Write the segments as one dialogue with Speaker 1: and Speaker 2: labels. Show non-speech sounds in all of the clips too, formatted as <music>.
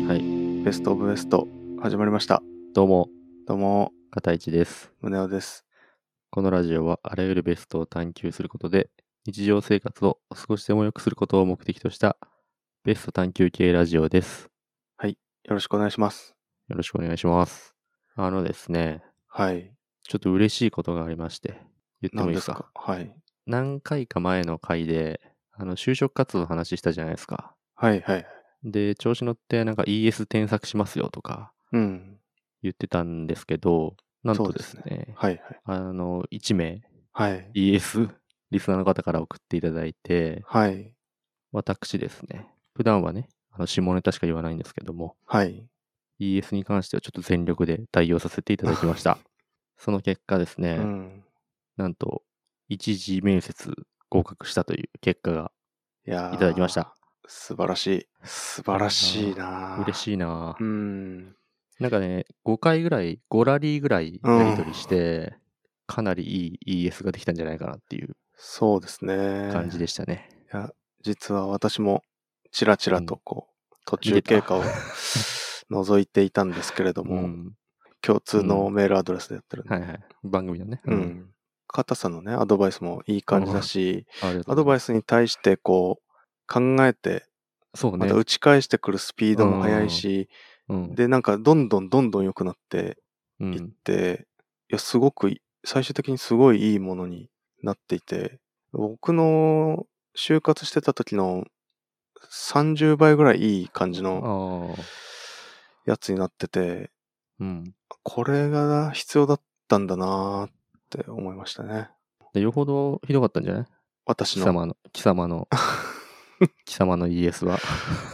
Speaker 1: ベストオブベスト始まりました。
Speaker 2: どうも、
Speaker 1: どうも、
Speaker 2: 片市です。
Speaker 1: 宗男です。
Speaker 2: このラジオはあらゆるベストを探求することで、日常生活を少しでも良くすることを目的とした、ベスト探求系ラジオです。
Speaker 1: よろしくお願いします。
Speaker 2: よろしくお願いします。あのですね、
Speaker 1: はい。
Speaker 2: ちょっと嬉しいことがありまして、言っても
Speaker 1: 何
Speaker 2: いい
Speaker 1: で
Speaker 2: ですすか
Speaker 1: かはい。
Speaker 2: 何回か前の回で、あの、就職活動の話したじゃないですか。
Speaker 1: はいはい。
Speaker 2: で、調子乗ってなんか ES 転作しますよとか
Speaker 1: うん。
Speaker 2: 言ってたんですけど、なんとですね、
Speaker 1: そはい
Speaker 2: あの、1名、
Speaker 1: はい。はい。
Speaker 2: ES リスナーの方から送っていただいて、
Speaker 1: はい。
Speaker 2: 私ですね、普段はね、あの下ネタしか言わないんですけども、
Speaker 1: はい。
Speaker 2: ES に関してはちょっと全力で対応させていただきま <laughs> した。その結果ですね、
Speaker 1: うん。
Speaker 2: なんと、一次面接合格したという結果が
Speaker 1: いやー
Speaker 2: いただきました。。
Speaker 1: 素晴らしい。素晴らしいな
Speaker 2: 嬉
Speaker 1: い。
Speaker 2: しいなぁ
Speaker 1: うん。
Speaker 2: なんかね、5回ぐらい、5ラリーぐらいやり取りして、かなりいい ES ができたんじゃないかなっていう
Speaker 1: そうですね。
Speaker 2: 感じでしたね。
Speaker 1: いや、実は私もちらちらとこう、途中経過を覗いていたんですけれども、
Speaker 2: <laughs> うん
Speaker 1: 共通のメールアドレスでやってるんで
Speaker 2: はいはい。番組のね。
Speaker 1: う。ん。片さんのね、アドバイスもいい感じだし、
Speaker 2: ありがと
Speaker 1: ア
Speaker 2: うござ
Speaker 1: ド
Speaker 2: いま
Speaker 1: バイスに対してこう、考えて、
Speaker 2: す。そう
Speaker 1: ま
Speaker 2: ね
Speaker 1: た。打ち返してくるスピードも速いし、
Speaker 2: うん
Speaker 1: で、なんかどんどんどんどん良くなって
Speaker 2: う
Speaker 1: いっ
Speaker 2: ん
Speaker 1: て、いや、すごくい、最終的にすごいいいものになっていて、僕の就活してた時の30倍ぐらいいい感じの
Speaker 2: ああ、
Speaker 1: やつになってて、
Speaker 2: うん。
Speaker 1: これが必要だったんだなーって思いましたね。
Speaker 2: でよほどひどかったんじゃない
Speaker 1: 私
Speaker 2: 貴
Speaker 1: の
Speaker 2: 様の、貴
Speaker 1: <laughs>
Speaker 2: 様の、貴様の ES は。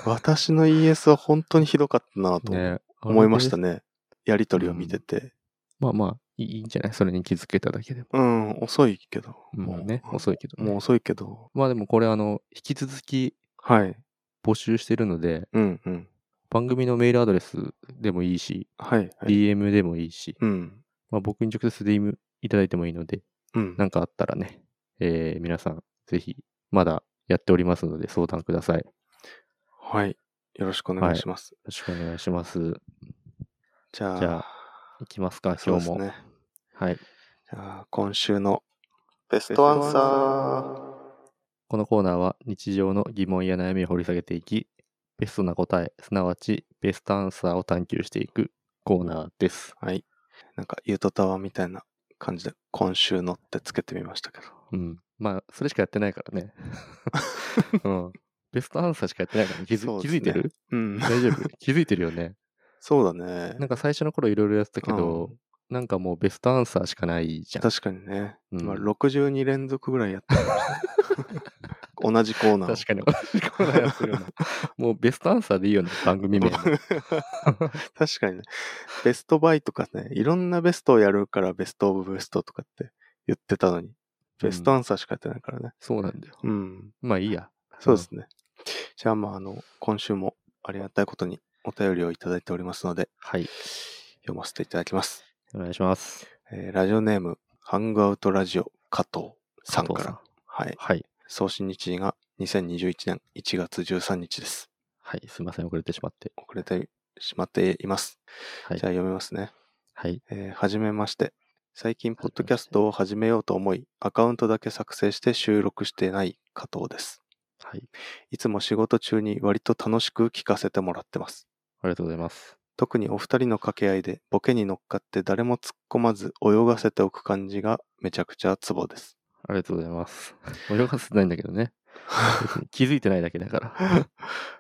Speaker 1: 私の ES は本当にひどかったなと
Speaker 2: ね、
Speaker 1: 思いました
Speaker 2: ね。
Speaker 1: ね。やりとりを見てて。
Speaker 2: まあまあ、いいいいんじゃないそれに気づけただけでも。
Speaker 1: うん、遅いけど。
Speaker 2: も
Speaker 1: も
Speaker 2: う
Speaker 1: う
Speaker 2: ね、遅いけどね、
Speaker 1: もう遅いけど。
Speaker 2: まあでもこれ、あの、引き続き
Speaker 1: はい。
Speaker 2: 募集してるので、
Speaker 1: うんうん。
Speaker 2: 番組のメールアドレスでもいいし、
Speaker 1: はい、はい。
Speaker 2: DM でもいいし、
Speaker 1: うん。
Speaker 2: まあ、僕に直接 DM いただいてもいいので、
Speaker 1: うん。
Speaker 2: なんかあったらね、えー皆さん、ぜひ、まだやっておりますので、相談ください。よ
Speaker 1: はい。よろしくお願いします。
Speaker 2: ろしくお願いします。
Speaker 1: じゃあ、
Speaker 2: じゃいきますか、
Speaker 1: そう
Speaker 2: 今
Speaker 1: で
Speaker 2: 日
Speaker 1: す
Speaker 2: も。
Speaker 1: ね。
Speaker 2: はい。
Speaker 1: じゃあ、今週のベストアンサー。
Speaker 2: このコーナーは日常の疑問や悩みを掘り下げていき、ベストな答え、すなわちベストアンサーを探求していくコーナーです。
Speaker 1: はい。なんか、ゆとたわみたいな感じで、今週のってつけてみましたけど。
Speaker 2: うん。まあ、それしかやってないから
Speaker 1: <laughs>
Speaker 2: ね。うん。ベストアンサーしかやってないから、ね、気
Speaker 1: そう
Speaker 2: づ
Speaker 1: ですね
Speaker 2: 気づいてる
Speaker 1: うん。 <laughs>
Speaker 2: 大丈夫気づいてるよね。
Speaker 1: そうだね。
Speaker 2: なんか最初の頃いろいろやってたけど、なんかもうベストアンサーしかないじゃん。
Speaker 1: 確かにね。
Speaker 2: うん
Speaker 1: まあ、62連続ぐらいやってました
Speaker 2: <laughs>
Speaker 1: ね。同じコーナーを。
Speaker 2: 確かに同じコーナーやってるよな。もうベストアンサーでいいよね、番組
Speaker 1: <laughs>
Speaker 2: 名も。
Speaker 1: <laughs> 確かにね。ベストバイとかね、いろんなベストをやるからベストオブベストとかって言ってたのに、ベストアンサーしかやってないからね。
Speaker 2: そうなんだよ。
Speaker 1: うん。
Speaker 2: まあいいや。
Speaker 1: そうですね。じゃあ、まあ、あの、今週もありがたいことにお便りをいただいておりますので、
Speaker 2: はい。
Speaker 1: 読ませていただきます。
Speaker 2: お願いします。
Speaker 1: えーラジオネーム、ハングアウトラジオ加藤さんか
Speaker 2: 加藤
Speaker 1: ら。はい。
Speaker 2: はい。
Speaker 1: 送信日が2021年1月13日です。
Speaker 2: はい。すいません、遅れてしまって。
Speaker 1: 遅れてしまっています。
Speaker 2: はい
Speaker 1: じゃあ読みますね。
Speaker 2: はい。
Speaker 1: えーはじめまして。最近、ポッド
Speaker 2: はじめ
Speaker 1: キ
Speaker 2: まして
Speaker 1: ャストを始めようと思い、アカウントだけ作成して収録してない加藤です。
Speaker 2: はい。
Speaker 1: いつも仕事中に割と楽しく聞かせてもらってます。
Speaker 2: ありがとうございます。
Speaker 1: 特にお二人の掛け合いで、ボケに乗っかって誰も突っ込まず泳がせておく感じがめちゃくちゃツボです。
Speaker 2: ありがとうございます。泳がせてないんだけ
Speaker 1: <laughs>
Speaker 2: どね。別に気づいてないだけだから。い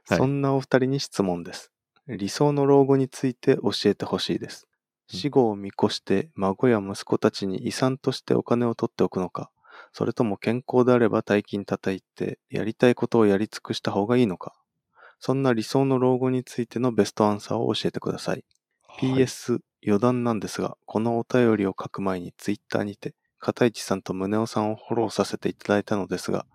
Speaker 1: そんなお二人に質問です。理想の老後について教えてほしいです。
Speaker 2: うん
Speaker 1: 死後を見越して孫や息子たちに遺産としてお金を取っておくのか、それとも健康であれば大金叩いてやりたいことをやり尽くした方がいいのか、そんな理想の老後についてのベストアンサーを教えてください。
Speaker 2: はい
Speaker 1: PS 余談なんですが、このお便りを書く前に Twitter にて、片市さんと宗男さんをフォローさせていただいたのですが、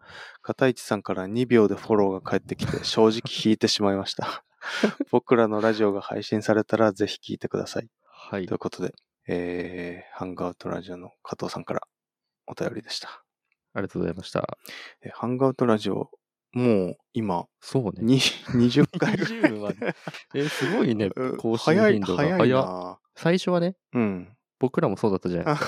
Speaker 1: 片市さんから2秒でフォローが返ってきて、正直引いてしまいました。 <laughs> 僕らのラジオが配信されたらぜひ聞いてください。
Speaker 2: はい
Speaker 1: という。ことで、えー、ハンガウトラジオの加藤さんからお便りでした。
Speaker 2: ありがとうございました。
Speaker 1: えーハンガウトラジオもう今、
Speaker 2: そうね。
Speaker 1: に20回ぐらい。
Speaker 2: 20は
Speaker 1: <laughs>
Speaker 2: ねえ、 <laughs> すごいね
Speaker 1: う、
Speaker 2: 更新
Speaker 1: 早い、
Speaker 2: 頻度が
Speaker 1: 早いな。
Speaker 2: 最初はね、
Speaker 1: うん。
Speaker 2: 僕らもそうだったじゃない
Speaker 1: あ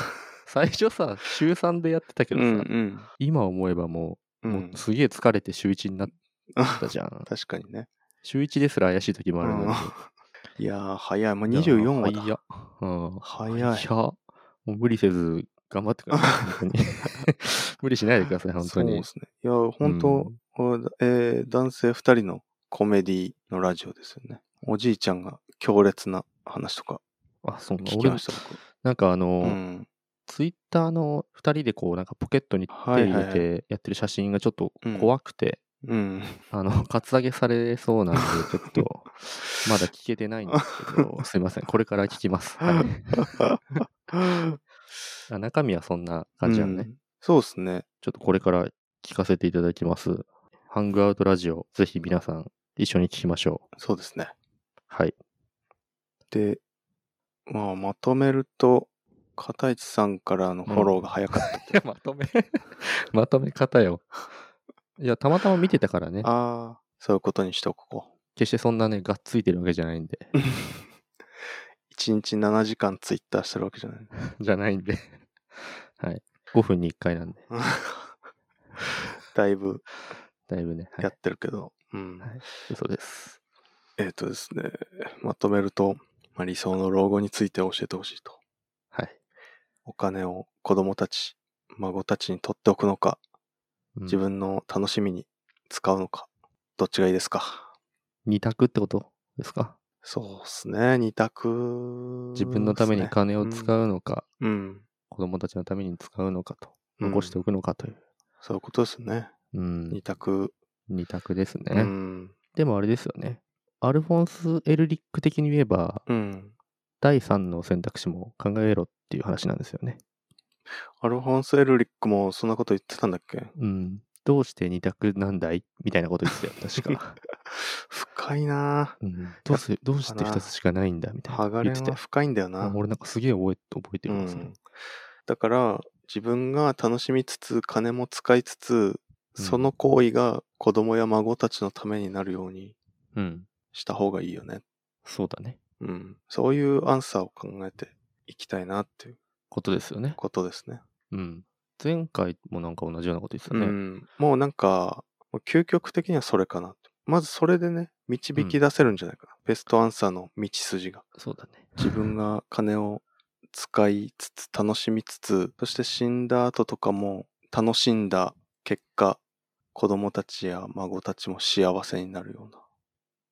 Speaker 2: 最初さ、週3でやってた
Speaker 1: <laughs>
Speaker 2: け
Speaker 1: う
Speaker 2: ど
Speaker 1: ん
Speaker 2: さ、
Speaker 1: うん
Speaker 2: 今思えばも
Speaker 1: う
Speaker 2: う、も
Speaker 1: ん
Speaker 2: う。すげえ疲れて週1になった
Speaker 1: 確
Speaker 2: じ
Speaker 1: <laughs>
Speaker 2: ゃん。
Speaker 1: かにね。
Speaker 2: 週1ですら怪しい時もあるのに。 <laughs>
Speaker 1: いやー、早い。もう24話だ。
Speaker 2: いや早っ。うん。
Speaker 1: 早い。
Speaker 2: や、もう無理せず頑張ってください。本当に <laughs> 無理しないでください、本当
Speaker 1: そう
Speaker 2: に
Speaker 1: で。すね。いや、本当、これえー男性二人のコメディのラジオですよね。おじいちゃんが強烈な話とか
Speaker 2: あ、そう
Speaker 1: 聞き
Speaker 2: 俺
Speaker 1: ました、僕。
Speaker 2: なんかあの、
Speaker 1: うん。
Speaker 2: ツイッターの2人でこう、なんかポケットに手入
Speaker 1: はい
Speaker 2: れ
Speaker 1: はい
Speaker 2: てやってる写真がちょっと
Speaker 1: うん
Speaker 2: 怖くて、
Speaker 1: うん。
Speaker 2: あの、 <laughs> カツアゲされそうなんで、ちょっと、まだ聞けてないんですけ
Speaker 1: <laughs>
Speaker 2: ど、すいません。これから聞きます。はいあ中身はそんな感じなのね、
Speaker 1: うんそうですね。
Speaker 2: ちょっとこれから聞かせていただきます。ハングアウトラジオ、ぜひ皆さん一緒に聞きましょう。
Speaker 1: そうですね。
Speaker 2: はい。
Speaker 1: で、まあ、まとめると、片市さんからのフォローが早かった。
Speaker 2: いや、まとめ、 <laughs> まとめ方よ。いや、たまたま見てたからね。
Speaker 1: ああ、そういうことにしておこ
Speaker 2: 決してそんなね、がっついてるわけじゃないん
Speaker 1: <laughs>
Speaker 2: で。
Speaker 1: う。一日7時間ツイッターしてるわけじゃない。
Speaker 2: じゃないんで。はい。5分に1回なんで。
Speaker 1: <laughs> だいぶ
Speaker 2: だいぶね。はい
Speaker 1: やってるけど。うん
Speaker 2: はい嘘です。
Speaker 1: えっ、とですね、まとめると、まあ、理想の老後について教えてほしいと。
Speaker 2: はい。
Speaker 1: お金を子供たち、孫たちに取っておくのか、
Speaker 2: うん
Speaker 1: 自分の楽しみに使うのか、どっちがいいですか。
Speaker 2: 二択ってことですか
Speaker 1: そうっすね、二択、
Speaker 2: 自分のために金を使
Speaker 1: う。
Speaker 2: うのか、
Speaker 1: うん、
Speaker 2: 子供たちのために使うのかと、
Speaker 1: うん
Speaker 2: 残しておくのかという。
Speaker 1: そういうことですね。
Speaker 2: うん。
Speaker 1: 二択。
Speaker 2: 二択ですね。
Speaker 1: うん。
Speaker 2: でもあれですよね。アルフォンス・エルリック的に言えば、
Speaker 1: うん。
Speaker 2: 第三の選択肢も考えろっていう話なんですよね。
Speaker 1: アルフォンス・エルリックもそんなこと言ってたんだっけ <laughs>
Speaker 2: うん。どうして二択なんだいみたいなこと
Speaker 1: <laughs>
Speaker 2: 言ってたよ、確か。
Speaker 1: 深いな
Speaker 2: うん、どうせどうして二つしかないんだみ
Speaker 1: ぁ。
Speaker 2: たい
Speaker 1: ハ
Speaker 2: な
Speaker 1: ガ
Speaker 2: 言
Speaker 1: レ
Speaker 2: って
Speaker 1: ン
Speaker 2: た
Speaker 1: は
Speaker 2: よ。
Speaker 1: 深いんだよな。
Speaker 2: うん俺なんかすげえ覚え覚えてるんです
Speaker 1: う
Speaker 2: ね
Speaker 1: ん。だから自分が楽しみつつ金も使いつつ
Speaker 2: うん
Speaker 1: その行為が子供や孫たちのためになるように
Speaker 2: うん。
Speaker 1: した方がいいよね。
Speaker 2: そうだね。
Speaker 1: うん。そういうアンサーを考えていきたいなっていう
Speaker 2: ことですよね。
Speaker 1: ことですね。
Speaker 2: うん。前回もなんか同じようなこと言ってた
Speaker 1: う
Speaker 2: ね。
Speaker 1: ん。もうなんか、もう究極的にはそれかなと。まずそれでね、導き出せるんじゃないかな。ベストアンサーの道筋が。
Speaker 2: そうだね。
Speaker 1: 自分が金を使いつつ楽しみつつそして死んだ後とかも楽しんだ結果子供たちや孫たちも幸せになるような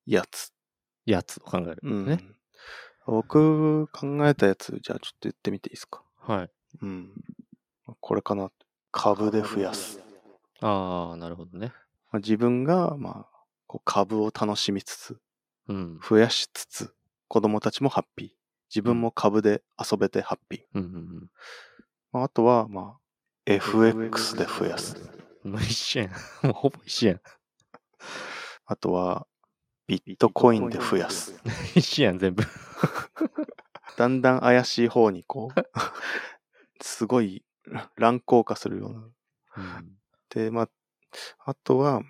Speaker 1: やつ、
Speaker 2: やつを考える
Speaker 1: うん
Speaker 2: んだね。
Speaker 1: 僕考えたやつじゃあちょっと言ってみていいですか
Speaker 2: はい。
Speaker 1: うんこれかな株で増やす、
Speaker 2: ああ、なるほどね。
Speaker 1: まあ、自分がまあこう株を楽しみつつ
Speaker 2: うん。
Speaker 1: 増やしつつ子供たちもハッピー自分も株で遊べてハッピー
Speaker 2: うんうん
Speaker 1: まあ、あとは、まあ、FX で増やす。
Speaker 2: うん。もう一緒やん。 <laughs> もうほぼ一緒やん。
Speaker 1: あとは、ビットコインで増やす。
Speaker 2: 一緒やん、全部。
Speaker 1: <laughs> だんだん怪しい方に、こう、 <laughs> すごい乱高化するような。
Speaker 2: うん
Speaker 1: で、まあ、あとは、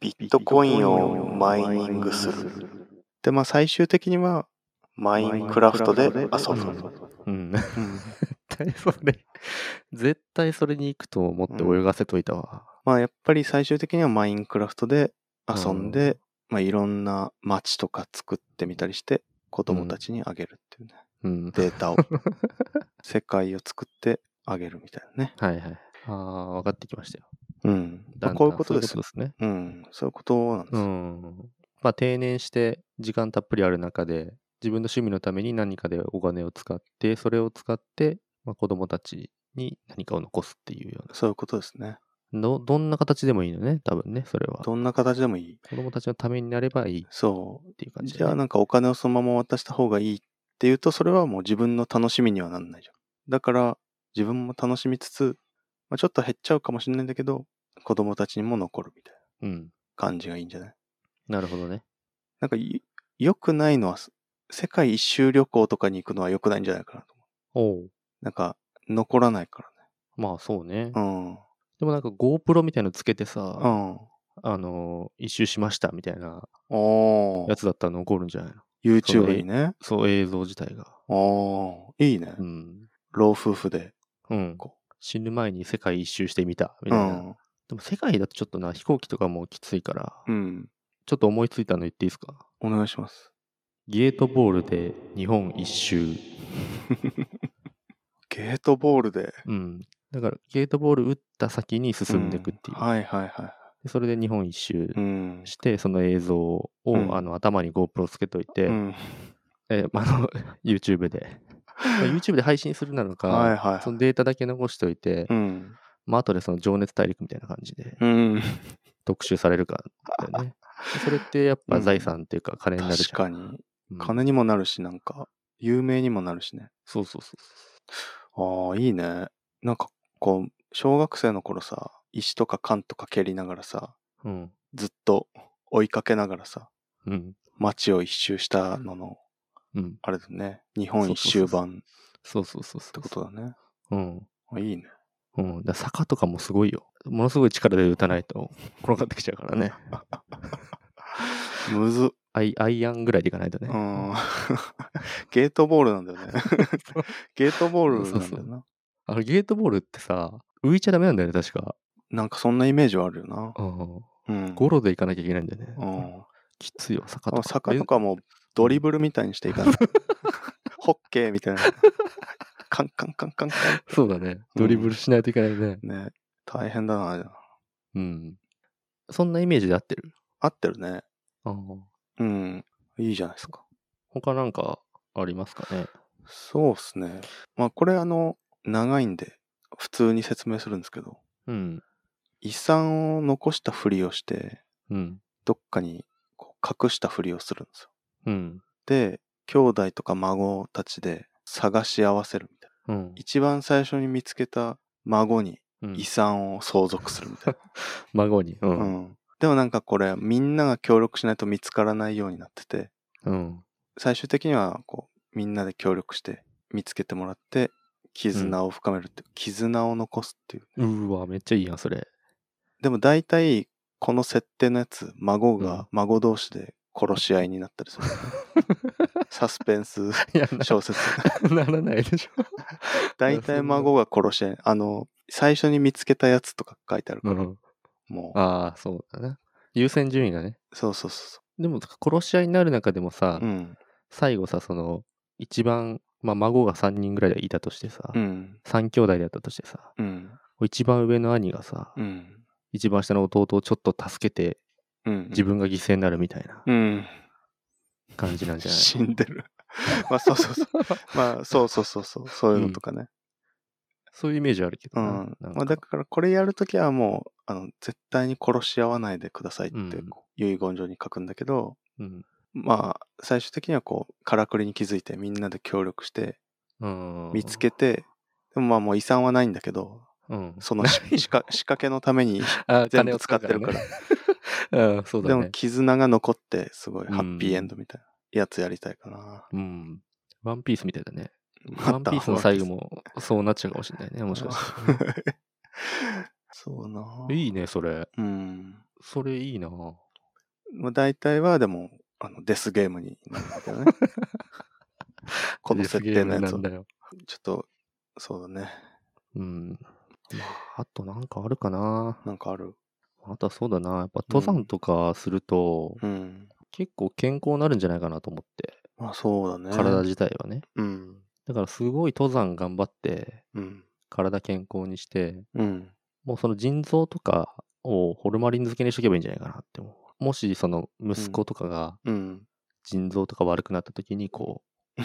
Speaker 1: ビットコインをマイニングする。で、まあ、最終的には、マインクラフトで遊ぶ。
Speaker 2: う
Speaker 1: う
Speaker 2: ん。
Speaker 1: ん
Speaker 2: 絶対それ、絶対それに行くと思って泳がせといたわ。
Speaker 1: まあ、やっぱり最終的にはマインクラフトで遊んで、まあ、いろんな街とか作ってみたりして、子供たちにあげるっていうね。
Speaker 2: うん。
Speaker 1: データ
Speaker 2: <laughs>
Speaker 1: を世界を作ってあげるみたいなね。
Speaker 2: はいはい。ああ、分かってきましたよ。
Speaker 1: うん。ま
Speaker 2: だ
Speaker 1: あ、
Speaker 2: んだん
Speaker 1: こういうことです
Speaker 2: そういうことです
Speaker 1: う
Speaker 2: ね。
Speaker 1: ん。そういうことなんです。
Speaker 2: うん。まあ、定年して時間たっぷりある中で、自分の趣味のために何かでお金を使って、それを使って、まあ、子供たちに何かを残すっていうよう
Speaker 1: そういうことですね。
Speaker 2: な。ど、どんな形でもいいのね、多分ね、それは。子
Speaker 1: どんな形でもいい。
Speaker 2: 供たちのためになればいいっ
Speaker 1: そ
Speaker 2: ていう
Speaker 1: う。
Speaker 2: 感じ
Speaker 1: じ
Speaker 2: だ
Speaker 1: ゃあ
Speaker 2: ね。
Speaker 1: なんかお金をそのまま渡した方がいいっていうと、それはもう自分の楽しみにはなんないじゃん。だから、自分も楽しみつつ、まあ、ちょっと減っちゃうかもしれないんだけど、子供たちにも残るみたいな
Speaker 2: うん。
Speaker 1: 感じがいいんじゃない
Speaker 2: なるほどね。
Speaker 1: なんかい、良くないのは、世界一周旅行とかに行くのは良くないんじゃないかなと思う。
Speaker 2: おう。
Speaker 1: なんか、残らないか
Speaker 2: まあそうね。
Speaker 1: らね。
Speaker 2: でもなんか GoPro みたいのつけてさ、
Speaker 1: うん。うん。
Speaker 2: あのー一周しましたみたいな
Speaker 1: お
Speaker 2: やつだったら残るんじゃないの
Speaker 1: YouTube にね。
Speaker 2: そう、映像自体が。
Speaker 1: おーいいね。
Speaker 2: うん。
Speaker 1: 老夫婦で。
Speaker 2: うん
Speaker 1: こ。
Speaker 2: 死ぬ前に世界一周してみた、み
Speaker 1: う
Speaker 2: たいな。
Speaker 1: ん。
Speaker 2: でも世界だとちょっとな、飛行機とかもきついから、
Speaker 1: うん。
Speaker 2: ちょっと思いついたの言っていいですか
Speaker 1: お願いします。
Speaker 2: ゲートボールで日本一周。
Speaker 1: ゲートボールで。
Speaker 2: うん。だから、ゲートボール打った先に進んでいくっていう。
Speaker 1: んはいはいはい。
Speaker 2: でそれで日本一周
Speaker 1: うん。
Speaker 2: して、その映像を、
Speaker 1: うん
Speaker 2: あの頭に GoPro つけといて、
Speaker 1: うん
Speaker 2: えーまああの <laughs> YouTube で、まあ YouTube で配信するなのか、
Speaker 1: はいはい。
Speaker 2: そのデータだけ残しておいて、
Speaker 1: うん。
Speaker 2: まあ後でその情熱大陸みたいな感じで
Speaker 1: うん。
Speaker 2: 特集されるか
Speaker 1: <laughs>
Speaker 2: だよね。それってやっぱ財産っていうか金になるじ
Speaker 1: 確
Speaker 2: ゃん。
Speaker 1: かに。
Speaker 2: うん
Speaker 1: 金にもなるし、なんか、有名にもなるしね。
Speaker 2: そうそうそう
Speaker 1: ああ、いいね。なんか、こう、小学生の頃さ、石とか缶とか蹴りながらさ、
Speaker 2: そう。うん。
Speaker 1: ずっと追いかけながらさ、
Speaker 2: うん。
Speaker 1: 街を一周したのの、
Speaker 2: うん。
Speaker 1: あれだね、日本一周版っ
Speaker 2: そうそうそうそう。
Speaker 1: てことだね。
Speaker 2: うん。
Speaker 1: あいいね。
Speaker 2: うん。だから坂とかもすごいよ。ものすごい力で打たないと転がってきちゃうか
Speaker 1: <laughs>
Speaker 2: らね。
Speaker 1: むずっ。
Speaker 2: アイアイアンぐらいでいかないとね。
Speaker 1: うん <laughs> ゲートボールなんだよね。ゲートボールなんだ
Speaker 2: そう
Speaker 1: よな。
Speaker 2: あのゲートボールってさ、浮いちゃダメなんだよね、確か。
Speaker 1: なんかそんなイメージはあるよな。
Speaker 2: うん。
Speaker 1: うん。
Speaker 2: ゴロで行かなきゃいけないんだよ
Speaker 1: う
Speaker 2: ね。
Speaker 1: ん。
Speaker 2: きついよ、坂と
Speaker 1: あ
Speaker 2: か。
Speaker 1: 坂とかもドリブルみたいにしてい
Speaker 2: <laughs>
Speaker 1: かない。ホッケーみたいな。カンカンカンカンカン
Speaker 2: え。そうだね。ドリブルしないといけないね。
Speaker 1: ね大変だな。
Speaker 2: うん。そんなイメージで合ってる。
Speaker 1: 合ってるね。
Speaker 2: ああ。
Speaker 1: うん。いいじゃないですか。
Speaker 2: 他なんかありますかね
Speaker 1: そうっすね。まあこれあの、長いんで、普通に説明するんですけど、
Speaker 2: うん。
Speaker 1: 遺産を残したふりをして、
Speaker 2: うん。
Speaker 1: どっかにこう隠したふりをするんですよ。
Speaker 2: うん。
Speaker 1: で、兄弟とか孫たちで探し合わせるみたいな。
Speaker 2: うん。
Speaker 1: 一番最初に見つけた孫に
Speaker 2: うん
Speaker 1: 遺産を相続するみたい
Speaker 2: 孫に。 <laughs> う。
Speaker 1: な。うんん。でもなんかこれ、みんなが協力しないと見つからないようになってて、
Speaker 2: うん。
Speaker 1: 最終的にはこう、みんなで協力して見つけてもらって、絆を深めるっていう、絆を残すっていう。
Speaker 2: うーわ、めっちゃいいやん、そ
Speaker 1: <laughs>
Speaker 2: れ。
Speaker 1: でも大体、この設定のやつ、孫
Speaker 2: うん
Speaker 1: が孫同士で殺し合いになったりする。
Speaker 2: <laughs>
Speaker 1: サスペンス
Speaker 2: いや、な
Speaker 1: 小
Speaker 2: <laughs>
Speaker 1: 説。
Speaker 2: ならないでしょ。
Speaker 1: 大体孫が殺し合い、あの、最初に見つけたやつとか書いてあるか
Speaker 2: う
Speaker 1: ら、
Speaker 2: ん。
Speaker 1: もう、
Speaker 2: ああ、そうだな。優先順位がね。
Speaker 1: そうそうそ
Speaker 2: でも、殺し合いになる中でもさ、
Speaker 1: うそう。うん。
Speaker 2: 最後さ、その、一番、まあ、孫が3人ぐらいいたとしてさ、
Speaker 1: うん。
Speaker 2: 3兄弟だったとしてさ、
Speaker 1: うん。
Speaker 2: 一番上の兄がさ、
Speaker 1: うん。
Speaker 2: 一番下の弟をちょっと助けて、
Speaker 1: うん。
Speaker 2: 自分が犠牲になるみたいな
Speaker 1: うん。
Speaker 2: 感じなんじゃな
Speaker 1: <laughs>
Speaker 2: い、
Speaker 1: 死んでる。まあ、そうそうそう。まあ、そうそうそうそう。そういうのとかね。
Speaker 2: そういうイメージあるけ
Speaker 1: う
Speaker 2: ど
Speaker 1: ん
Speaker 2: な。。なん
Speaker 1: まあ、だから、これやるときはもう、あの、絶対に殺し合わないでくださいって、
Speaker 2: うん
Speaker 1: こう遺言状に書くんだけど、
Speaker 2: うん。
Speaker 1: まあ、最終的にはこう、からくりに気づいて、みんなで協力して、
Speaker 2: うん
Speaker 1: 見つけて、でもまあ、もう遺産はないんだけど、
Speaker 2: うん。
Speaker 1: そのし仕掛仕掛けのため
Speaker 2: <laughs>
Speaker 1: に
Speaker 2: あ
Speaker 1: 全部使ってるから。
Speaker 2: ら。うん、そう
Speaker 1: で
Speaker 2: だ
Speaker 1: も
Speaker 2: ね。
Speaker 1: 絆が残って、すごいハッピーエンドみたいなやつやりたいかな。
Speaker 2: うん。ワンピースみたいだね。
Speaker 1: また
Speaker 2: ワンピースの最後。もそうなっちゃうかもしれないね、もしかしたらね。
Speaker 1: <laughs> そう <laughs> な。
Speaker 2: いいね、それ。
Speaker 1: うん。
Speaker 2: それいいな。
Speaker 1: まあ、大体はでも、あのデスゲームになるんだけ
Speaker 2: <laughs>
Speaker 1: どね。この設定のや
Speaker 2: デ
Speaker 1: つ
Speaker 2: スゲームな
Speaker 1: を
Speaker 2: ん。だよ。
Speaker 1: ちょっと、そうだね。
Speaker 2: うん。まあ、あとなんかあるかな。
Speaker 1: なんかある。
Speaker 2: あとはそうだな。やっぱ登山とかすると、
Speaker 1: うん。
Speaker 2: 結構健康になるんじゃないかなと思って。
Speaker 1: まあそうだね。
Speaker 2: 体自体はね。
Speaker 1: うん。
Speaker 2: だからすごい登山頑張って、
Speaker 1: うん。
Speaker 2: 体健康にして、
Speaker 1: うん。
Speaker 2: もうその腎臓とかをホルマリン漬けにしとけばいいんじゃないかなって思う。もしその息子とかが
Speaker 1: うん。
Speaker 2: 腎臓とか悪くなった時にこ <laughs> う、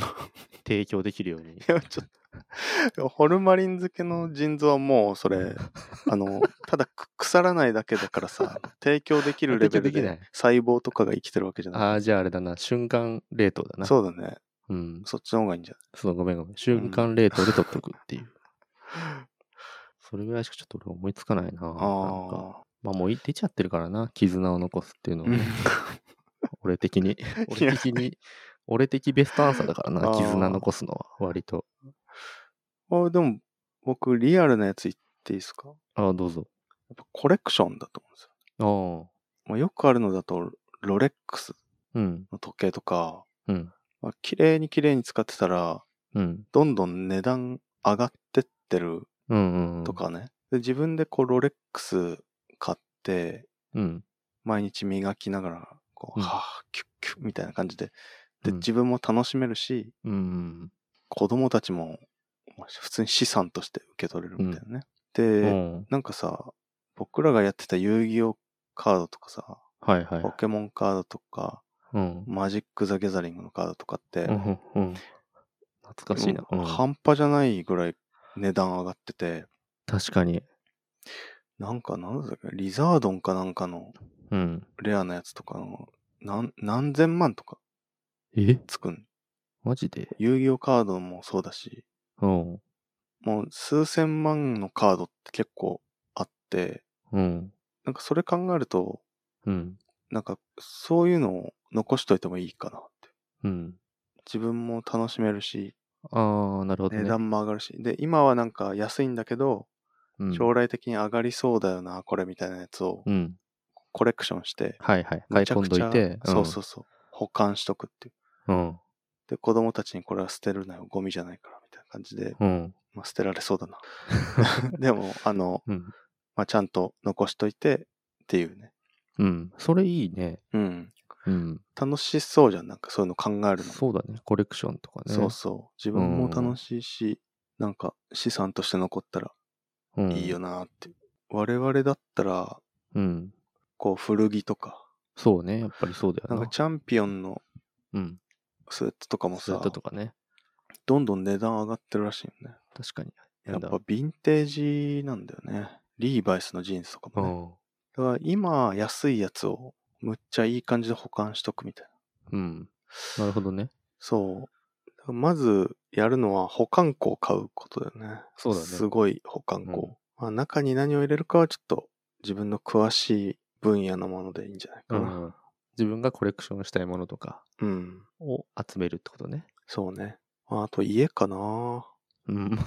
Speaker 2: 提供できるように。
Speaker 1: いや、ちょっと、 <laughs> ホルマリン漬けの腎臓はもうそれ、あの、ただく腐らないだけだからさ、提供できるレベル
Speaker 2: 提供できな
Speaker 1: で
Speaker 2: い
Speaker 1: 細胞とかが生きてるわけじゃない。
Speaker 2: <laughs> ああ、じゃああれだな、瞬間冷凍だな。う。
Speaker 1: そうだね。
Speaker 2: うん。
Speaker 1: そっちの方がいいんじゃ
Speaker 2: そう、ごめんごめん。瞬間冷凍で取っとくっていう。 <laughs> それぐらいしかちょっと俺思いつかないな。なん
Speaker 1: ない
Speaker 2: かまあもうい出ちゃってるからな、絆を残すっていうの
Speaker 1: あ
Speaker 2: はね、俺的 <laughs> に。俺的に、俺的ベストアンサーだからな
Speaker 1: あ、ー
Speaker 2: 絆残すのは、割と。
Speaker 1: <laughs> ー。あ、でも、僕、リアルなやつ言っていいですかや
Speaker 2: ああ、どうぞ。
Speaker 1: っぱコレクションだと思うんですよ。
Speaker 2: ああ。
Speaker 1: まあ、よくあるのだと、ロレックス
Speaker 2: うん。
Speaker 1: の時計とか、
Speaker 2: うん。
Speaker 1: まあ、綺麗に綺麗に使ってたら、
Speaker 2: うん。
Speaker 1: どんどん値段上がってってる
Speaker 2: うんうんうん。
Speaker 1: と。かね。で自分でこう、ロレックス買って、
Speaker 2: うん。
Speaker 1: 毎日磨きながら、こう、
Speaker 2: うん
Speaker 1: はぁ、キュッキュッみたいな感じで、で、
Speaker 2: うん
Speaker 1: 自分も楽しめるし、
Speaker 2: うん。
Speaker 1: 子供たちも、まあ普通に資産として受け取れるみたいなね。
Speaker 2: う
Speaker 1: で、
Speaker 2: ん。
Speaker 1: なんかさ、僕らがやってた遊戯王カードとかさ、
Speaker 2: はいはい
Speaker 1: ポ。ケモンカードとか、
Speaker 2: うん。
Speaker 1: マジック・ザ・ギャザリングのカードとかって、
Speaker 2: うんうんうん。懐かしいな。
Speaker 1: うん
Speaker 2: うん
Speaker 1: 半端じゃないぐらい値段上がってて、
Speaker 2: 確かに。
Speaker 1: なんかなんだっけ、リザードンかなんかの
Speaker 2: うん。
Speaker 1: レアなやつとかの、なん何千万とか
Speaker 2: え
Speaker 1: つくん。
Speaker 2: マジで
Speaker 1: 遊戯王カードもそうだし、
Speaker 2: うん。
Speaker 1: もう数千万のカードって結構あって、
Speaker 2: うん。
Speaker 1: なんかそれ考えると、
Speaker 2: うん。
Speaker 1: なんかそういうのを残しといてもいいかなって。
Speaker 2: うん。
Speaker 1: 自分も楽しめるし、
Speaker 2: ああ、なるほどね。
Speaker 1: 値段も上がるし。で、今はなんか安いんだけど、
Speaker 2: うん
Speaker 1: 将来的に上がりそうだよな、これみたいなやつを
Speaker 2: うん。
Speaker 1: コレクションして、
Speaker 2: はいはい。買い込んどいて。
Speaker 1: そうそうそう、保管しとくっていう。
Speaker 2: うん。
Speaker 1: で、子供たちにこれは捨てるなよ、ゴミじゃないから、みたいな感じで、
Speaker 2: うん。
Speaker 1: まあ、捨てられそうだな。 <laughs> でも、あの、
Speaker 2: うん。
Speaker 1: まあ、ちゃんと残しといてっていうね。
Speaker 2: うん。それいいね。
Speaker 1: うん。
Speaker 2: うん。
Speaker 1: 楽しそうじゃん、なんかそういうの考えるの。
Speaker 2: そうだね。コレクションとかね。
Speaker 1: そうそう。自分も楽しいし、なんか資産として残ったら
Speaker 2: うん。
Speaker 1: いいよなって。我々だったら、
Speaker 2: うん。
Speaker 1: こう古着とか、
Speaker 2: そうね。やっぱりそうだよ
Speaker 1: な
Speaker 2: な。
Speaker 1: んかチャンピオンの
Speaker 2: うん。
Speaker 1: スウェットとかも
Speaker 2: そうい
Speaker 1: さ
Speaker 2: っ、たとかね。
Speaker 1: どんどん値段上がってるらしいよね。
Speaker 2: 確かに。
Speaker 1: やっ
Speaker 2: だ
Speaker 1: ぱヴィンテージなんだよね。リーバイスのジーンズとか
Speaker 2: う
Speaker 1: もね。
Speaker 2: ん。
Speaker 1: だから今安いやつをむっちゃいい感じで保管しとくみたいな。
Speaker 2: うん。なるほどね。
Speaker 1: そう。だからまずやるのは保管庫を買うことだよね。
Speaker 2: そうだね
Speaker 1: すごい保管庫。
Speaker 2: うん
Speaker 1: まあ、中に何を入れるかはちょっと自分の詳しい分野のものでいいんじゃないかな。
Speaker 2: うん自分がコレクションしたいものとか
Speaker 1: うん。
Speaker 2: を集めるってことね。
Speaker 1: そうね。ああと家かな。
Speaker 2: うん。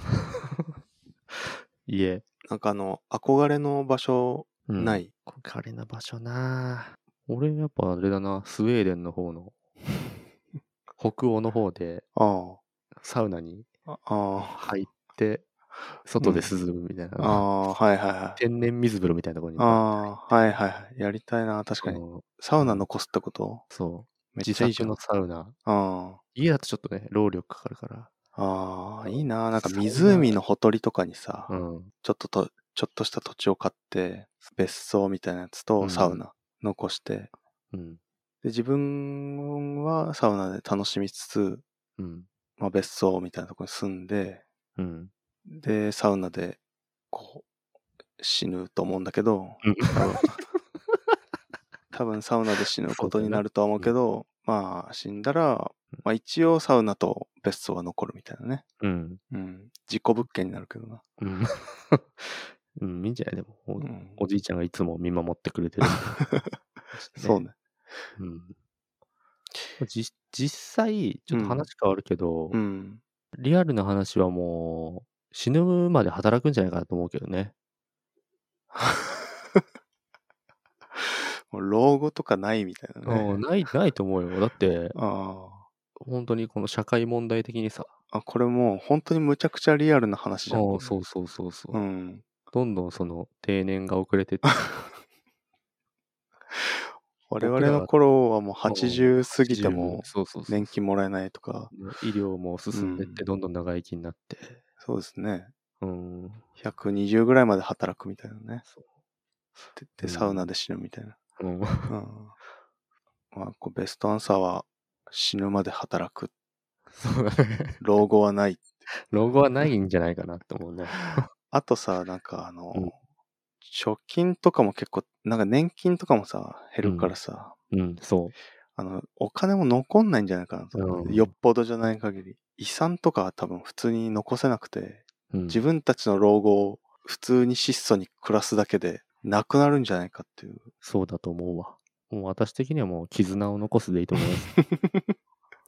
Speaker 2: <laughs> 家。
Speaker 1: なんかあの、憧れの場所
Speaker 2: うん
Speaker 1: ない。
Speaker 2: 憧れな場所なぁ俺やっぱあれだな、スウェーデンの
Speaker 1: <laughs>
Speaker 2: 方の、北欧の方で
Speaker 1: あ
Speaker 2: サウナに
Speaker 1: あ。ああ。
Speaker 2: 入って、外で涼むみたいな、
Speaker 1: ああ、はいはいはい。
Speaker 2: 天然水風呂みたいなところに。
Speaker 1: ああ、はいはいはい。やりたいな、確かに。
Speaker 2: うん
Speaker 1: サウナ残すってこと
Speaker 2: そう。
Speaker 1: めっ
Speaker 2: 自
Speaker 1: ちゃいいじゃ
Speaker 2: 作
Speaker 1: ん。
Speaker 2: の
Speaker 1: あ
Speaker 2: サウナ。
Speaker 1: あ
Speaker 2: 家だとちょっとね、労力かかるから。
Speaker 1: ああ、いいな。なんか湖のほとりとかにさ、
Speaker 2: うん。
Speaker 1: ちょっとと、ちょっとした土地を買って、別荘みたいなやつ
Speaker 2: う
Speaker 1: と
Speaker 2: ん
Speaker 1: サウナ残して、で
Speaker 2: うん。
Speaker 1: 自分はサウナで楽しみつつ、
Speaker 2: うん。
Speaker 1: まあ、別荘みたいなところに住んで、
Speaker 2: うん。
Speaker 1: で、サウナで、こう、死ぬと思うんだけど、
Speaker 2: うん
Speaker 1: 多分多分サウナで <laughs> 死ぬことになるとは思うけど、まあ死んだら、まあ一応サウナと別荘は残るみたいなね。
Speaker 2: <laughs> うん。
Speaker 1: うん。事故物件になるけどな。
Speaker 2: うん。 <laughs> うん、いいんじゃない
Speaker 1: <laughs>
Speaker 2: でも、お
Speaker 1: うん
Speaker 2: おじいちゃんがいつも見守ってくれてる。
Speaker 1: <laughs> そうね。
Speaker 2: うんじ実際、ちょっと話変わるけど、
Speaker 1: うん。
Speaker 2: リアルな話はもう、死ぬまで働くんじゃないかなと思うけどね。
Speaker 1: もう老後とかないみたいな
Speaker 2: うん
Speaker 1: ね。
Speaker 2: ない、ないと思うよ。だって、
Speaker 1: あ
Speaker 2: 本当にこの社会問題的にさ、
Speaker 1: あ。あ、これもう本当にむちゃくちゃリアルな話じゃん。
Speaker 2: うんそうそうそうそう、
Speaker 1: うん。
Speaker 2: どんどんその定年が遅れてって、
Speaker 1: 我々の頃はもう80過ぎても
Speaker 2: そうそうそう
Speaker 1: 年金もらえないとか、
Speaker 2: 医療も進んでっ
Speaker 1: う
Speaker 2: て、
Speaker 1: ん
Speaker 2: どんどん長生きになって、
Speaker 1: そうですね。
Speaker 2: うん、 <laughs>
Speaker 1: 120ぐらいまで働くみたいなね。
Speaker 2: そ
Speaker 1: で、
Speaker 2: うん
Speaker 1: でサウナで死ぬみたいな。
Speaker 2: ううん
Speaker 1: うん。まあ、こうベストアンサーは、死ぬまで働く。
Speaker 2: そうだね。
Speaker 1: 老後はない。
Speaker 2: 老後はないんじゃないかなと思うね。
Speaker 1: あとさ、なんかあの、
Speaker 2: うん
Speaker 1: 貯金とかも結構、なんか年金とかもさ、減るからさ、
Speaker 2: うん、そう。
Speaker 1: あの、お金も残んないんじゃないかなと、
Speaker 2: うん
Speaker 1: よっぽどじゃない限り。遺産とかは多分普通に残せなくて、
Speaker 2: うん
Speaker 1: 自分たちの老後を普通に質素に暮らすだけで、なくなるんじゃないかっていう。
Speaker 2: そうだと思うわ。もう私的にはもう絆を残すでいいと思います。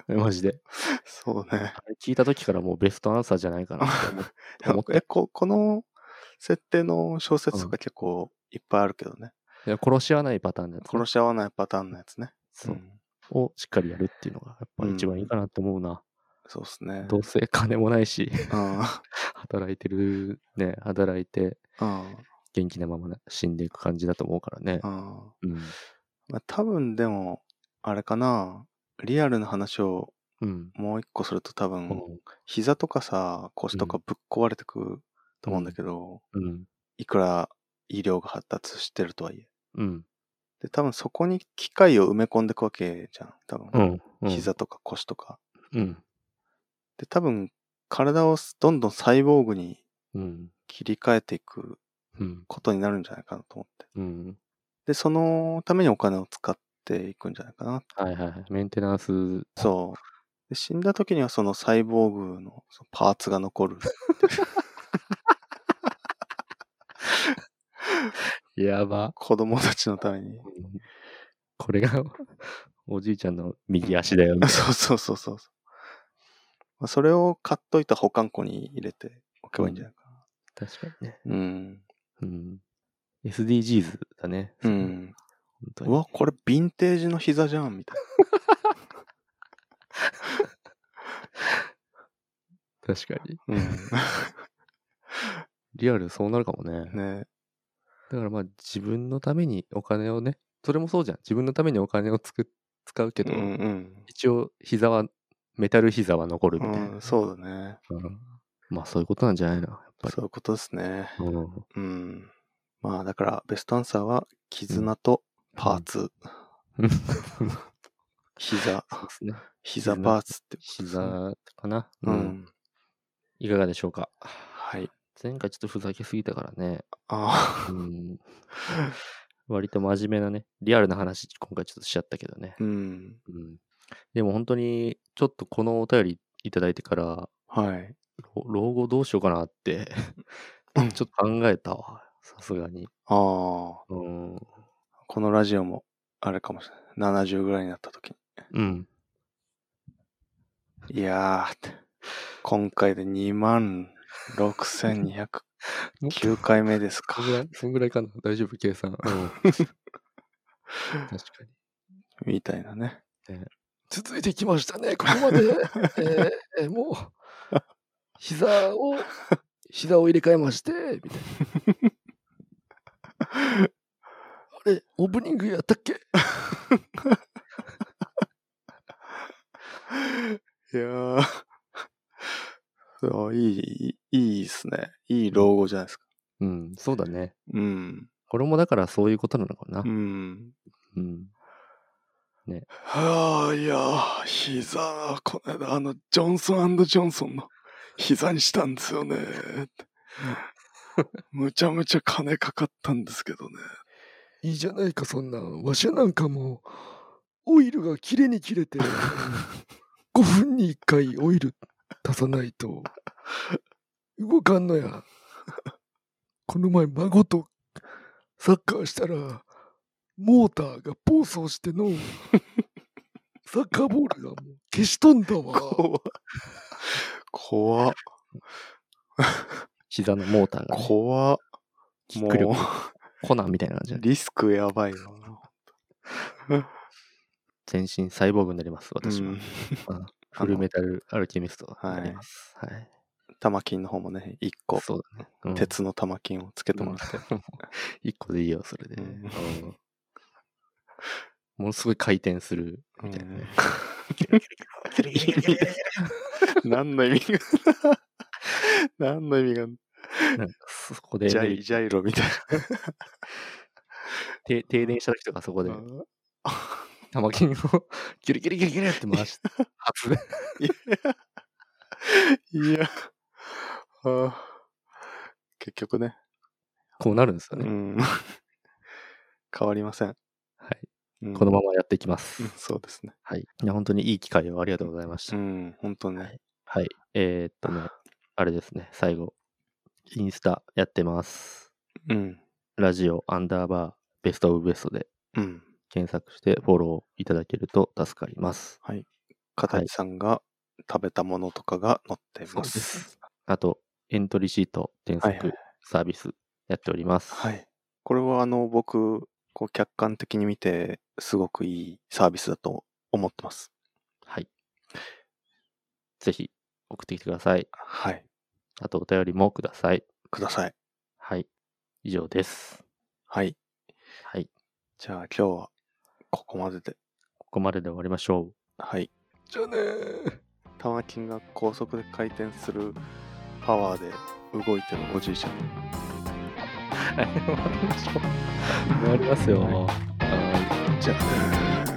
Speaker 2: え <laughs> マジで。
Speaker 1: そうね。
Speaker 2: あれ聞いた時からもうベストアンサーじゃないかなって <laughs> 思
Speaker 1: <laughs>
Speaker 2: っ思った
Speaker 1: えここの設定の小説とか結構いっぱいあるけどね。
Speaker 2: いや殺し合わないパターンのやつね、
Speaker 1: 殺し合わないパターンのやつね。。
Speaker 2: そうんをしっかりやるっていうのが、やっぱ一番いいかなって思うな。
Speaker 1: そうっすね。
Speaker 2: どうせ金もないし、 <laughs>
Speaker 1: うん。
Speaker 2: 働いてる、ね、働いて、
Speaker 1: うん。
Speaker 2: 元気なままな死んでいく感じだと思うからね
Speaker 1: う。ん。
Speaker 2: うん。
Speaker 1: まあ、多分でも、あれかな。リアルな話を
Speaker 2: うん。
Speaker 1: もう一個すると多分、
Speaker 2: うん
Speaker 1: 膝とかさ、腰とかぶっ壊れてくと思うんだけど、
Speaker 2: うん。
Speaker 1: いくら医療が発達してるとはいえ。
Speaker 2: うん。
Speaker 1: で、多分そこに機械を埋め込んでいくわけじゃん。多分、
Speaker 2: うん。うん。
Speaker 1: 膝とか腰とか。
Speaker 2: うん。
Speaker 1: で、多分、体をどんどんサイボーグに
Speaker 2: うん。
Speaker 1: 切り替えていく
Speaker 2: うん。
Speaker 1: ことになるんじゃないかなと思って。
Speaker 2: うん。
Speaker 1: で、そのためにお金を使っていくんじゃないかな。
Speaker 2: はいはいはい。メンテナンス。
Speaker 1: そう。で死んだ時にはそのサイボーグのそのパーツが残る。
Speaker 2: やば。
Speaker 1: 子供たちのために。
Speaker 2: うんこれが、おじいちゃんの右足だよ、みたいな
Speaker 1: <laughs> そうそうそうそうそう。まあ、それを買っといた保管庫に入れておけばいいんじゃないか
Speaker 2: 確かにね。
Speaker 1: な。うん。
Speaker 2: うん。SDGs だね。
Speaker 1: う
Speaker 2: それ本
Speaker 1: ん。
Speaker 2: 当に
Speaker 1: うわ、これヴィンテージの膝じゃん、みたい
Speaker 2: 確かに。
Speaker 1: な。
Speaker 2: リアルそうなるかもね。
Speaker 1: <laughs> うん。ね
Speaker 2: だからまあ自分のためにお金をね、それもそうじゃん。自分のためにお金をつく使うけ
Speaker 1: う
Speaker 2: ど、
Speaker 1: ん
Speaker 2: 一応膝は、メタル膝は残るみ
Speaker 1: う
Speaker 2: たいな。
Speaker 1: ん。うん、そうだね。
Speaker 2: うんまあそういうことなんじゃないのやっぱり。
Speaker 1: そういうことですね。
Speaker 2: うん
Speaker 1: うん。まあ、だから、ベストアンサーは、絆とパーツ。
Speaker 2: うん
Speaker 1: 膝、
Speaker 2: そうですね。
Speaker 1: 膝パーツってことですね。
Speaker 2: 膝かな。
Speaker 1: う。ん。
Speaker 2: いかがでしょうか。
Speaker 1: はい。
Speaker 2: 前回ちょっとふざけすぎたからね。
Speaker 1: ああ。
Speaker 2: うん。 <laughs> 割と真面目なね、リアルな話、今回ちょっとしちゃったけどね。
Speaker 1: うん。
Speaker 2: うん。でも本当に、ちょっとこのお便りいただいてから、
Speaker 1: はい。
Speaker 2: 老老後どうしようかなって、
Speaker 1: う
Speaker 2: ちょ
Speaker 1: ん
Speaker 2: っと考えたわ。さすがに。
Speaker 1: ああ。
Speaker 2: うん。
Speaker 1: このラジオも、あれかもしれない。70ぐらいになった時
Speaker 2: うん。
Speaker 1: に。いやーって。今回で2万6209
Speaker 2: もっと
Speaker 1: 回目ですか
Speaker 2: そん。ぐらい、そんぐらいかな。大丈夫、計算。 <laughs> 確かに。
Speaker 1: みたいなね。
Speaker 2: 続いてきましたね、ここ <laughs> まで。えーえーもう、膝を、膝を入れ替えまして、みたいな。あれ、オープニングやったっけ
Speaker 1: いやー。そういい、いいいいっすね。いい老後じゃないですか。
Speaker 2: うん、そうだね。
Speaker 1: うん。
Speaker 2: これもだからそういうことなのかな
Speaker 1: う。ん。
Speaker 2: うん。
Speaker 1: はあ、いやー、膝、この間、あの、ジョンソンジョンソンの膝にしたんですよね。むちゃむちゃ金かかったんですけどね。
Speaker 2: いいじゃないか、そんな。わしゃなんかもう、オイルが切れに切
Speaker 1: <laughs>
Speaker 2: れて、5分に1回オイル足さないと、動かんのや。この前、孫とサッカーしたら、モーターが暴走して
Speaker 1: <laughs>
Speaker 2: の、サッカーボールがもう消し飛んだわ。
Speaker 1: 怖っ。怖っ。
Speaker 2: 膝のモーターが、
Speaker 1: 怖っ。
Speaker 2: キック力
Speaker 1: も
Speaker 2: コナンみたいな感じ
Speaker 1: う、リスクやばいよな。
Speaker 2: 全身サイボーグになります、私は。
Speaker 1: うん
Speaker 2: うんフルメタルアルケミストになります。はい。
Speaker 1: 玉金の方もね、一個、
Speaker 2: そうだね。うん
Speaker 1: 鉄の玉金をつけてもらって。
Speaker 2: 一個でいいよ、それで。
Speaker 1: うん
Speaker 2: うんものすごい回転するみたいなね。
Speaker 1: <laughs> 何の意味が <laughs> 何の意味が
Speaker 2: <laughs> なんかそこで
Speaker 1: ジャ
Speaker 2: ね
Speaker 1: イジャイロみたい
Speaker 2: て停電した時とかそこで
Speaker 1: な。
Speaker 2: 玉金を <laughs> ギュリギュリギュリギュリって回して発電
Speaker 1: いや、ああ結局ね、
Speaker 2: <laughs> こうなるんですよ
Speaker 1: う
Speaker 2: ね。
Speaker 1: ん、変わりません。
Speaker 2: はい。
Speaker 1: うん
Speaker 2: このままやっていきま
Speaker 1: うん
Speaker 2: す。
Speaker 1: そうですね。
Speaker 2: はい。いや、本当にいい機会をありがとうございまし
Speaker 1: う
Speaker 2: た。
Speaker 1: ん、本当ね。
Speaker 2: はい。えーっとね、あれですね、最後。インスタやってます。
Speaker 1: うん、
Speaker 2: ラジオアンダーバーベストオブベストで
Speaker 1: うん。
Speaker 2: 検索してフォローいただけると助かります。
Speaker 1: 片市さんが食べたものとかが載ってい
Speaker 2: そう
Speaker 1: ま
Speaker 2: ですす。あと、エントリーシート添
Speaker 1: はいはい
Speaker 2: 削サービスやっております。
Speaker 1: はい。これはあの、僕、こう客観的に見て、すごくいいサービスだと思ってます。
Speaker 2: はい。ぜひ送ってきてください。
Speaker 1: はい。
Speaker 2: あとお便りもください。
Speaker 1: ください。
Speaker 2: はい。以上です。
Speaker 1: はい。
Speaker 2: はい。
Speaker 1: じゃあ今日はここまでで。
Speaker 2: ここまでで終わりましょう。
Speaker 1: はい。
Speaker 3: じゃあねー。
Speaker 1: 玉金が高速で回転するパワーで動いてるおじいちゃん。
Speaker 2: 終わりましょう。終わりますよ。はい
Speaker 1: じゃあね